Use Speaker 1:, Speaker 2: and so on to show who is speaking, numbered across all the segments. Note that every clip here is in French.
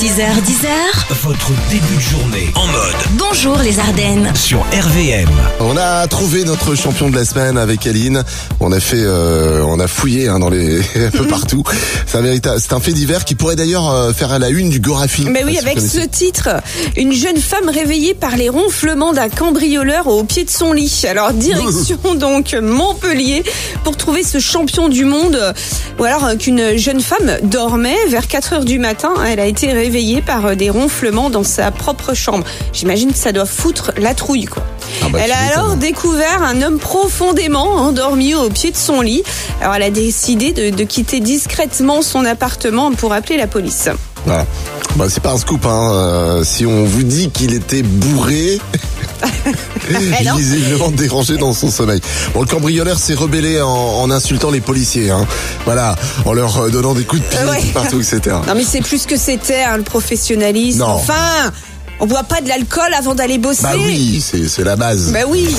Speaker 1: 6h10h,
Speaker 2: Votre début de journée en mode
Speaker 1: bonjour les Ardennes.
Speaker 2: sur RVM.
Speaker 3: On a trouvé notre champion de la semaine avec Aline. On a fait, euh, on a fouillé hein, dans les un
Speaker 4: Mhm.
Speaker 3: peu partout. C'est un véritable, c'est un fait divers qui pourrait d'ailleurs euh, faire à la une du Gorafi.
Speaker 4: Mais oui,
Speaker 3: Si vous
Speaker 4: avec
Speaker 3: connaissez.
Speaker 4: ce titre, une jeune femme réveillée par les ronflements d'un cambrioleur au pied de son lit. Alors direction donc Montpellier pour trouver ce champion du monde. Ou alors euh, qu'une jeune femme dormait vers 4 heures du matin, elle a été réveillée par euh, des ronflements dans sa propre chambre. J'imagine que ça doit foutre la trouille quoi.
Speaker 3: Ah bah,
Speaker 4: elle
Speaker 3: tu
Speaker 4: a
Speaker 3: m'étonnes.
Speaker 4: alors découvert un homme profondément endormi au pied de son lit. Alors elle a décidé de- de quitter discrètement son appartement pour appeler la police.
Speaker 3: Voilà. Bah, c'est pas un scoop. Hein. Euh, si on vous dit qu'il était bourré,
Speaker 4: Alors
Speaker 3: visiblement dérangé dans son sommeil. Bon, le cambrioleur s'est rebellé en, en insultant les policiers. Hein. Voilà, en leur euh, donnant des coups de pied
Speaker 4: Ouais.
Speaker 3: partout, etc.
Speaker 4: Non mais c'est plus que c'était hein, le professionnalisme.
Speaker 3: Non.
Speaker 4: Enfin, on boit pas de l'alcool avant d'aller bosser.
Speaker 3: Bah oui, c'est c'est la base.
Speaker 4: Bah oui.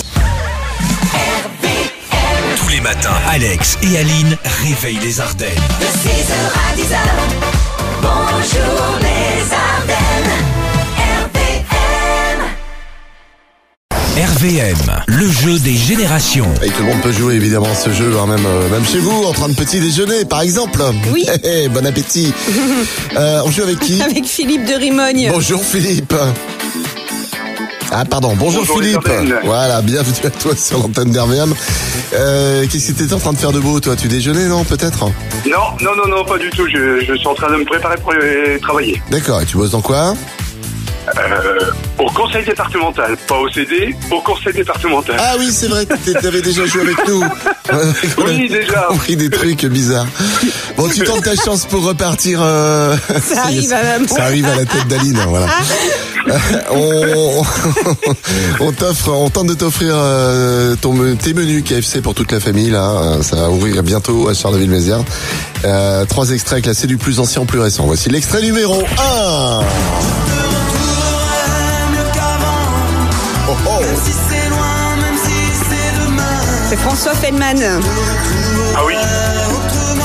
Speaker 2: Tous les matins, Alex et Aline réveillent les Ardennes. RVM, le jeu des générations.
Speaker 3: Et tout le monde peut jouer évidemment à ce jeu, hein, même, euh, même chez vous, en train de petit déjeuner par exemple.
Speaker 4: Oui.
Speaker 3: Hé, hé, bon appétit. Euh, on joue avec qui
Speaker 4: Avec Philippe de Rimogne.
Speaker 3: Bonjour Philippe. Ah pardon, bonjour,
Speaker 5: Bonjour, les
Speaker 3: Philippe.
Speaker 5: Ardennes.
Speaker 3: Voilà, bienvenue à toi sur l'antenne d'RVM. Euh, Qu'est-ce que t'étais en train de faire de beau toi Tu déjeunais non peut-être
Speaker 5: Non, non, non, non, pas du tout. Je, je suis en train de me préparer pour euh, travailler.
Speaker 3: D'accord, et tu bosses dans quoi
Speaker 5: Euh, au conseil départemental, pas au CD, au conseil départemental.
Speaker 3: Ah oui c'est vrai, t'é- t'avais déjà joué avec nous.
Speaker 5: Oui, déjà.
Speaker 3: compris des trucs bizarres. Bon, tu tentes ta chance pour repartir. euh,
Speaker 4: Ça arrive à maman.
Speaker 3: Ça arrive à la tête d'Aline, hein, voilà. on on t'offre, on tente de t'offrir euh, ton me- tes menus KFC pour toute la famille là. Euh, Ça va ouvrir bientôt à Charleville-Mézières. Euh, trois extraits classés du plus ancien au plus récent. Voici l'extrait numéro 1 Oh, oh.
Speaker 4: C'est François Feldman.
Speaker 5: Ah oui,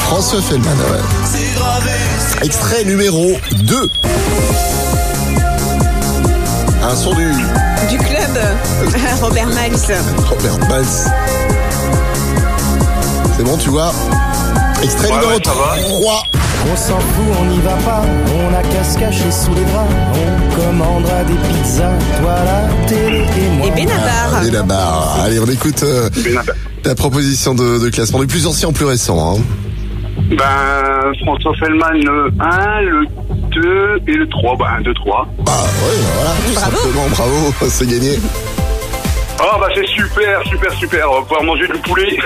Speaker 3: François Feldman, ouais. Extrait numéro 2. Un son du
Speaker 4: Du club. Robert Miles.
Speaker 3: Robert Miles. C'est bon, tu vois. Extrait
Speaker 5: Ouais,
Speaker 3: numéro
Speaker 5: ouais, ça va.
Speaker 3: 3.
Speaker 6: On s'en fout, on n'y va pas, on a qu'à se cacher sous les draps, on commandera des pizzas, toi la télé et moi.
Speaker 4: Et Benabar.
Speaker 3: Allez, la barre. Allez, on écoute euh,
Speaker 5: Benabar.
Speaker 3: ta proposition de, de classement du plus ancien au plus récent. hein.
Speaker 5: ben François Fellman, le 1, le 2 et le 3. Ben 1, 2, 3.
Speaker 3: Bah, ouais, voilà. tout
Speaker 4: Bravo.
Speaker 3: Simplement, bravo, c'est gagné.
Speaker 5: Ah bah c'est super, super, super. On va pouvoir manger du poulet.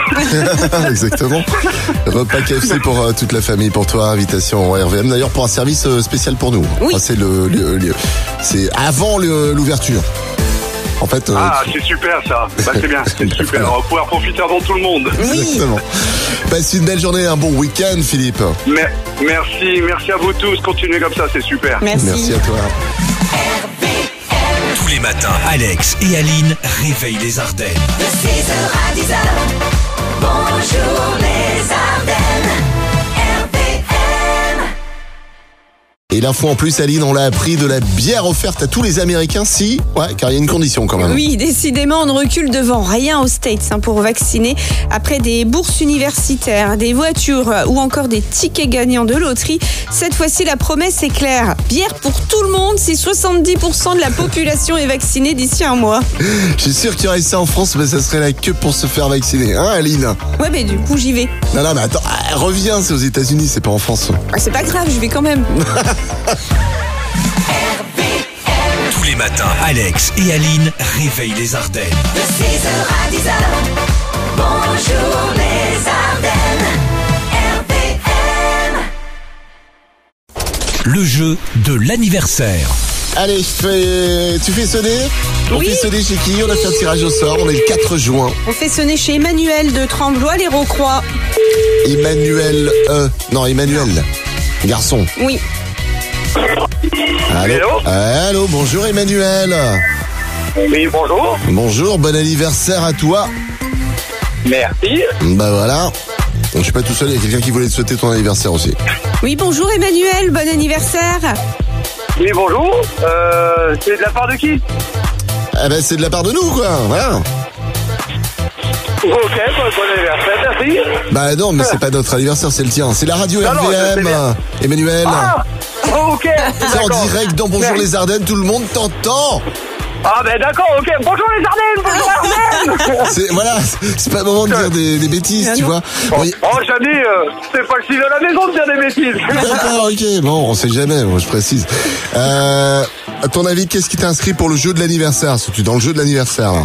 Speaker 3: Exactement. Repas KFC pour euh, toute la famille, pour toi, invitation au RVM. D'ailleurs, pour un service euh, spécial pour nous.
Speaker 4: Oui.
Speaker 3: Enfin, c'est le, le- le- c'est avant le- l'ouverture. En fait, euh,
Speaker 5: Ah, c'est super ça. Bah c'est bien, c'est super. On va pouvoir profiter avant tout le monde.
Speaker 3: exactement. Passe une belle journée, un bon week-end, Philippe.
Speaker 5: Mer- merci, merci à vous tous. Continuez comme ça, c'est super.
Speaker 3: Merci à toi.
Speaker 2: Tous les matins, Alex et Aline réveillent les Ardennes.
Speaker 3: Et l'info en plus, Aline, on l'a appris de la bière offerte à tous les Américains, si, ouais, car il y a une condition quand même.
Speaker 4: Oui, décidément, on ne recule devant rien aux States hein, pour vacciner. Après des bourses universitaires, des voitures euh, ou encore des tickets gagnants de loterie, cette fois-ci, la promesse est claire. Bière pour tout le monde si 70% de la population est vaccinée d'ici un mois.
Speaker 3: Je suis sûr qu'il y aurait ça en France, mais ça serait la queue pour se faire vacciner, hein, Aline
Speaker 4: Ouais, mais du coup, j'y vais.
Speaker 3: Non, non, mais attends, ah, reviens, c'est aux États-Unis, c'est pas en France.
Speaker 4: Ah, C'est pas grave, je vais quand même.
Speaker 2: Tous les matins, Alex et Aline réveillent les Ardennes. Le jeu de l'anniversaire.
Speaker 3: Allez, je fais- tu fais sonner On
Speaker 4: Oui.
Speaker 3: fait sonner chez qui On a fait un tirage au sort, on est le 4 juin.
Speaker 4: On fait sonner chez Emmanuel de Tremblois, les Rocroix.
Speaker 3: Emmanuel E. Non, Emmanuel. Garçon.
Speaker 4: Oui.
Speaker 3: Allô Allô, bonjour Emmanuel.
Speaker 5: Oui, bonjour.
Speaker 3: Bonjour, bon anniversaire à toi.
Speaker 5: Merci.
Speaker 3: Bah voilà. Je suis pas tout seul, il y a quelqu'un qui voulait te souhaiter ton anniversaire aussi.
Speaker 5: Oh.
Speaker 4: Oui, bonjour Emmanuel, bon anniversaire.
Speaker 5: Oui, bonjour. Euh, c'est de la part de qui
Speaker 3: Eh ben, c'est de la part de nous, quoi. Voilà.
Speaker 5: Ok, bon, bon anniversaire, merci.
Speaker 3: Bah non, mais c'est pas notre anniversaire, c'est le tien. C'est la radio
Speaker 5: Non, non, je sais
Speaker 3: RVM,
Speaker 5: bien.
Speaker 3: euh, Emmanuel.
Speaker 5: Ah Ok,
Speaker 3: C'est en
Speaker 5: d'accord.
Speaker 3: direct dans Bonjour
Speaker 5: Merci.
Speaker 3: les Ardennes, tout le monde t'entend.
Speaker 5: Ah ben d'accord, ok. Bonjour les Ardennes, bonjour les Ardennes
Speaker 3: C'est voilà, c'est pas le moment de dire des, des bêtises, tu vois.
Speaker 5: Oh,
Speaker 3: Oui.
Speaker 5: oh, Jamy, euh, c'est pas le style de la maison de dire des bêtises.
Speaker 3: D'accord, ok. Bon, on sait jamais, moi je précise. Euh, à ton avis, qu'est-ce qui t'a inscrit pour le jeu de l'anniversaire Si tu es dans le jeu de l'anniversaire, là.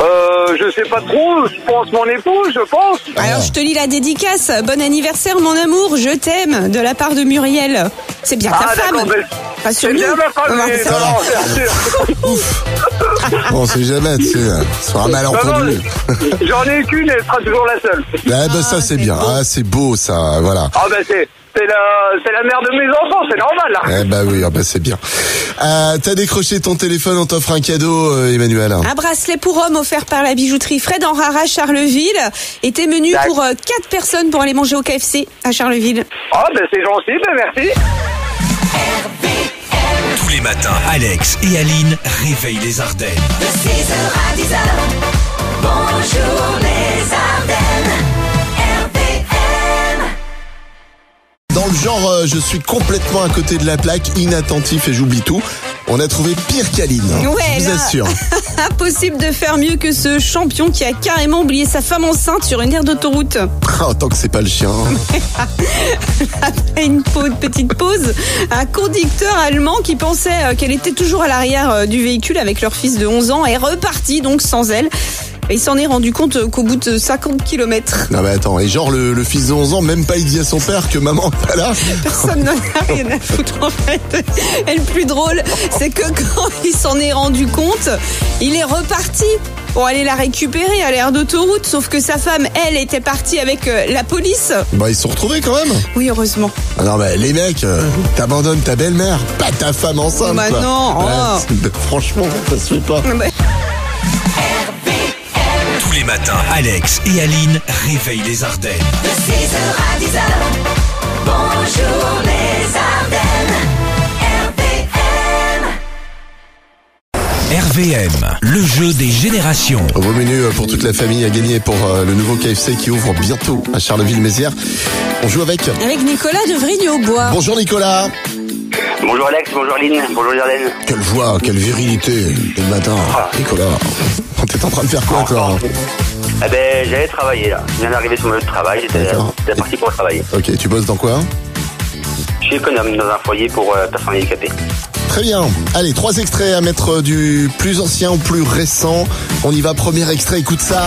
Speaker 5: Euh, je sais pas trop, je pense mon épouse, je pense.
Speaker 4: Alors, je te lis la dédicace. Bon anniversaire, mon amour, je t'aime, de la part de Muriel. C'est bien ta
Speaker 5: Ah, d'accord,
Speaker 4: femme.
Speaker 5: mais- C'est
Speaker 4: Rassure-nous.
Speaker 5: bien ma
Speaker 4: On
Speaker 5: femme,
Speaker 4: va
Speaker 5: mais-
Speaker 4: faire-
Speaker 5: non, non, bien sûr.
Speaker 3: Bon, on sait jamais, tu sais. C'est un
Speaker 5: Non,
Speaker 3: malentendu.
Speaker 5: non, j'en ai qu'une et elle sera toujours la seule.
Speaker 3: Ah, bah ça
Speaker 4: Ah,
Speaker 3: c'est
Speaker 4: c'est
Speaker 3: bien.
Speaker 4: beau.
Speaker 3: Ah, c'est beau ça, voilà.
Speaker 5: Ah ben c'est, c'est la, c'est la mère de mes enfants, c'est normal là.
Speaker 3: Eh bah oui, ah bah c'est bien. Euh, T'as décroché ton téléphone, on t'offre un cadeau, euh, Emmanuel.
Speaker 4: Un bracelet pour homme offert par la bijouterie Fred en Rara Charleville et tes menus
Speaker 5: D'accord.
Speaker 4: pour 4 personnes pour aller manger au KFC à Charleville.
Speaker 5: Ah ben c'est gentil, ben merci.
Speaker 2: Tous les matins, Alex et Aline réveillent les Ardennes.
Speaker 1: De 6h à 10h, bonjour les Ardennes, RPM.
Speaker 3: Dans le genre, euh, je suis complètement à côté de la plaque, inattentif et j'oublie tout. On a trouvé pire qu'Aline. hein.
Speaker 4: Ouais,
Speaker 3: je vous
Speaker 4: là.
Speaker 3: assure.
Speaker 4: Impossible de faire mieux que ce champion qui a carrément oublié sa femme enceinte sur une aire d'autoroute.
Speaker 3: Ah, tant que c'est pas le chien.
Speaker 4: Après une pau- petite pause, un conducteur allemand qui pensait euh, qu'elle était toujours à l'arrière euh, du véhicule avec leur fils de 11 ans est reparti donc sans elle. Et il s'en est rendu compte euh, qu'au bout de 50 km,
Speaker 3: Non mais attends, et genre le, le fils de 11 ans, même pas il dit à son père que maman est pas là.
Speaker 4: personne n'en a rien à foutre en fait. Et le plus drôle, c'est que quand il s'en est rendu compte, il est reparti pour aller la récupérer à l'aire d'autoroute. Sauf que sa femme, elle, était partie avec euh, la police.
Speaker 3: Bah ils se sont retrouvés quand même.
Speaker 4: Oui, heureusement.
Speaker 3: Ah non mais les mecs, euh, t'abandonnes ta belle-mère, pas ta femme enceinte.
Speaker 4: Bah
Speaker 3: quoi.
Speaker 4: non, oh.
Speaker 3: c'est- franchement, ça se fait pas.
Speaker 4: Ah bah,
Speaker 2: Tous les matins, Alex et Aline réveillent les Ardennes.
Speaker 1: De 6h à 10h, bonjour les Ardennes, RPM.
Speaker 2: RVM, le jeu des générations.
Speaker 3: Vos menus euh, pour toute la famille à gagner pour euh, le nouveau KFC qui ouvre bientôt à Charleville-Mézières. On joue avec.
Speaker 4: Avec Nicolas de Vrigne-au-Bois.
Speaker 3: Bonjour Nicolas.
Speaker 5: Bonjour Alex, bonjour Lynn, bonjour les Ardennes.
Speaker 3: Quelle voix, quelle virilité dès le matin. Nicolas, t'es en train de faire quoi toi
Speaker 5: Eh ben j'allais travailler là. Je viens d'arriver sur mon lieu de travail, j'étais
Speaker 3: D'accord.
Speaker 5: j'étais parti pour travailler.
Speaker 3: Ok, tu bosses dans quoi
Speaker 5: Je suis économe dans un foyer pour euh, personnes handicapées.
Speaker 3: Très bien. Allez, trois extraits à mettre euh, du plus ancien au plus récent. On y va, premier extrait, écoute ça.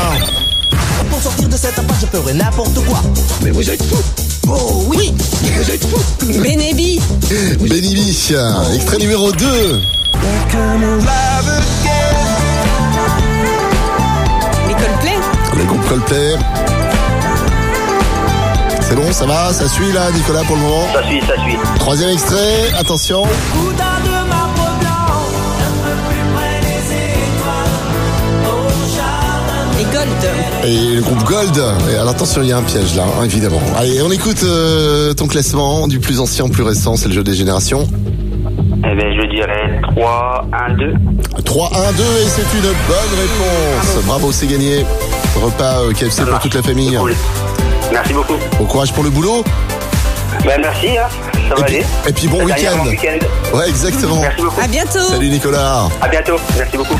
Speaker 7: Pour sortir de cette impasse, je ferai n'importe quoi. Mais vous êtes fous Oh oui Mais vous êtes fous
Speaker 4: Benebi.
Speaker 3: Benny B, euh, extrait numéro 2.
Speaker 4: Mais Coldplay
Speaker 3: Le groupe Coldplay. C'est bon, ça va, ça suit là, Nicolas, pour le moment.
Speaker 5: Ça suit, ça suit.
Speaker 3: Troisième extrait, attention.
Speaker 7: Boudin de marbre blanc, un peu plus près des étoiles, au jardin.
Speaker 4: et Gold.
Speaker 3: Et le groupe Gold. Et alors attention, il y a un piège là, hein, évidemment. Allez, on écoute euh, ton classement du plus ancien au plus récent, c'est le jeu des générations.
Speaker 5: Eh ben je dirais 3, 1, 2.
Speaker 3: 3, 1, 2, et c'est une bonne réponse. Bravo, c'est gagné. Repas euh, KFC pour toute la famille.
Speaker 5: Cool. Merci beaucoup.
Speaker 3: Bon courage pour le boulot.
Speaker 5: Ben merci, hein. ça
Speaker 3: Et
Speaker 5: va
Speaker 3: puis-
Speaker 5: aller.
Speaker 3: et puis bon
Speaker 5: Ça termine
Speaker 3: week-end.
Speaker 5: mon week-end.
Speaker 3: Ouais, exactement.
Speaker 5: Merci beaucoup.
Speaker 4: À bientôt.
Speaker 3: Salut Nicolas.
Speaker 5: À bientôt. Merci beaucoup.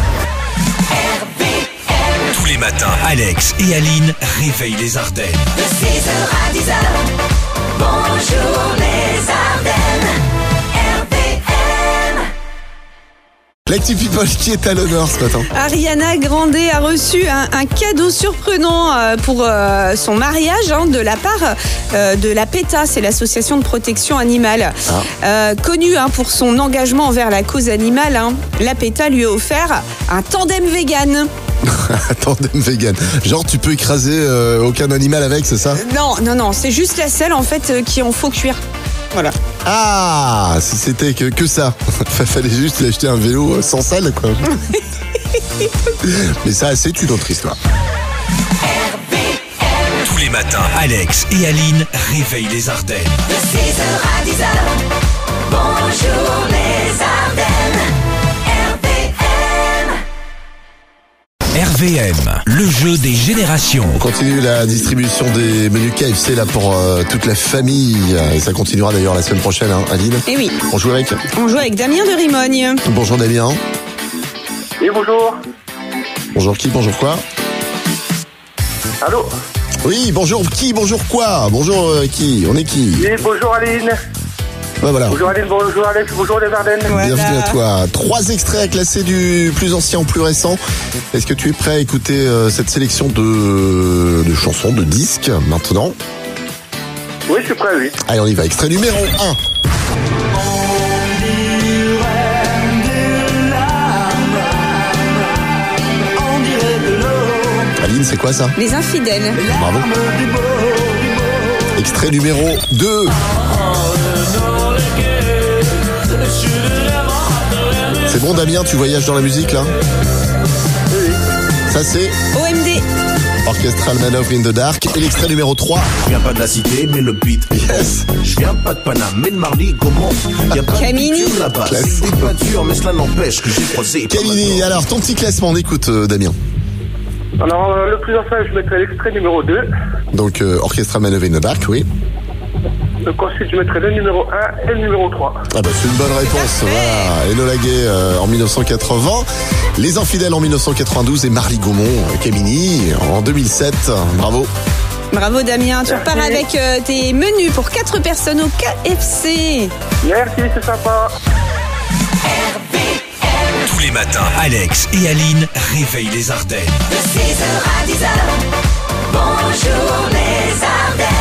Speaker 2: Tous les matins, Alex et Aline réveillent les Ardennes.
Speaker 1: De 6h à 10h, bonjour les Ardennes, RPM.
Speaker 3: L'active people qui est à l'honneur ce matin.
Speaker 4: Ariana Grande a reçu un, un cadeau surprenant euh, pour euh, son mariage hein, de la part euh, de la PETA, c'est l'association de protection animale. Euh, connue hein, pour son engagement envers la cause animale, hein, la PETA lui a offert un tandem vegan.
Speaker 3: Attendez, vegan. Genre, tu peux écraser euh, aucun animal avec, c'est ça
Speaker 4: Non, non, non, c'est juste la selle en fait euh, qui en faut cuire. Voilà.
Speaker 3: Ah, si c'était que, que ça. Fallait juste lui acheter un vélo euh, sans salle, quoi. Mais ça, c'est une autre histoire.
Speaker 2: Tous les matins, Alex et Aline réveillent les Ardennes.
Speaker 1: De 6h à 10h, bonjour les
Speaker 2: LVM, le jeu des générations.
Speaker 3: On continue la distribution des menus KFC là pour euh, toute la famille. Et ça continuera d'ailleurs la semaine prochaine hein, à Lille.
Speaker 4: Eh oui,
Speaker 3: On joue avec.
Speaker 4: on joue avec Damien de Rimogne.
Speaker 3: Bonjour Damien.
Speaker 5: Oui, bonjour.
Speaker 3: Bonjour qui Bonjour quoi
Speaker 5: Allô
Speaker 3: Oui, bonjour qui Bonjour quoi Bonjour euh, qui On est qui
Speaker 5: Oui, bonjour Aline.
Speaker 3: Bah voilà.
Speaker 5: Bonjour Aline, bonjour Alex, bonjour les Ardennes.
Speaker 4: Voilà.
Speaker 3: Bienvenue à toi. Trois extraits à classer du plus ancien au plus récent. Est-ce que tu es prêt à écouter euh, cette sélection de, de chansons, de disques maintenant
Speaker 5: Oui, je suis prêt, oui.
Speaker 3: Allez, on y va. Extrait numéro 1. Aline, c'est quoi ça
Speaker 4: Les infidèles.
Speaker 3: Bravo. Extrait numéro 2. C'est bon Damien, tu voyages dans la musique là Ça c'est
Speaker 4: OMD.
Speaker 3: Orchestral Manœuvre in the Dark. Et l'extrait numéro 3.
Speaker 8: Je viens pas de la cité, mais le beat.
Speaker 3: Yes.
Speaker 8: Je viens pas de Paname, mais de Marly, comment Y a pas
Speaker 4: Camini.
Speaker 8: de culture là-bas.
Speaker 3: Classe.
Speaker 8: C'est des peintures, mais cela n'empêche que j'ai croisé. pas mal de
Speaker 3: Camini, alors ton petit classement, on écoute euh, Damien.
Speaker 5: Alors, euh, le plus ancien, je mettrai l'extrait numéro 2.
Speaker 3: Donc euh, Orchestral Manœuvre in the Dark, oui.
Speaker 5: Donc ensuite, je mettrai le numéro 1 et le numéro 3.
Speaker 3: Ah bah c'est une bonne réponse. Voilà. Enola Gay euh, en 1980, Les Infidèles en 1992 et Marly Gaumont, euh, Camini en 2007. Bravo.
Speaker 4: Bravo Damien, tu repars avec euh, tes menus pour 4 personnes au KFC.
Speaker 5: Merci, c'est sympa.
Speaker 2: Tous les matins, Alex et Aline réveillent les Ardennes.
Speaker 1: De 6h à 10h, bonjour les Ardennes.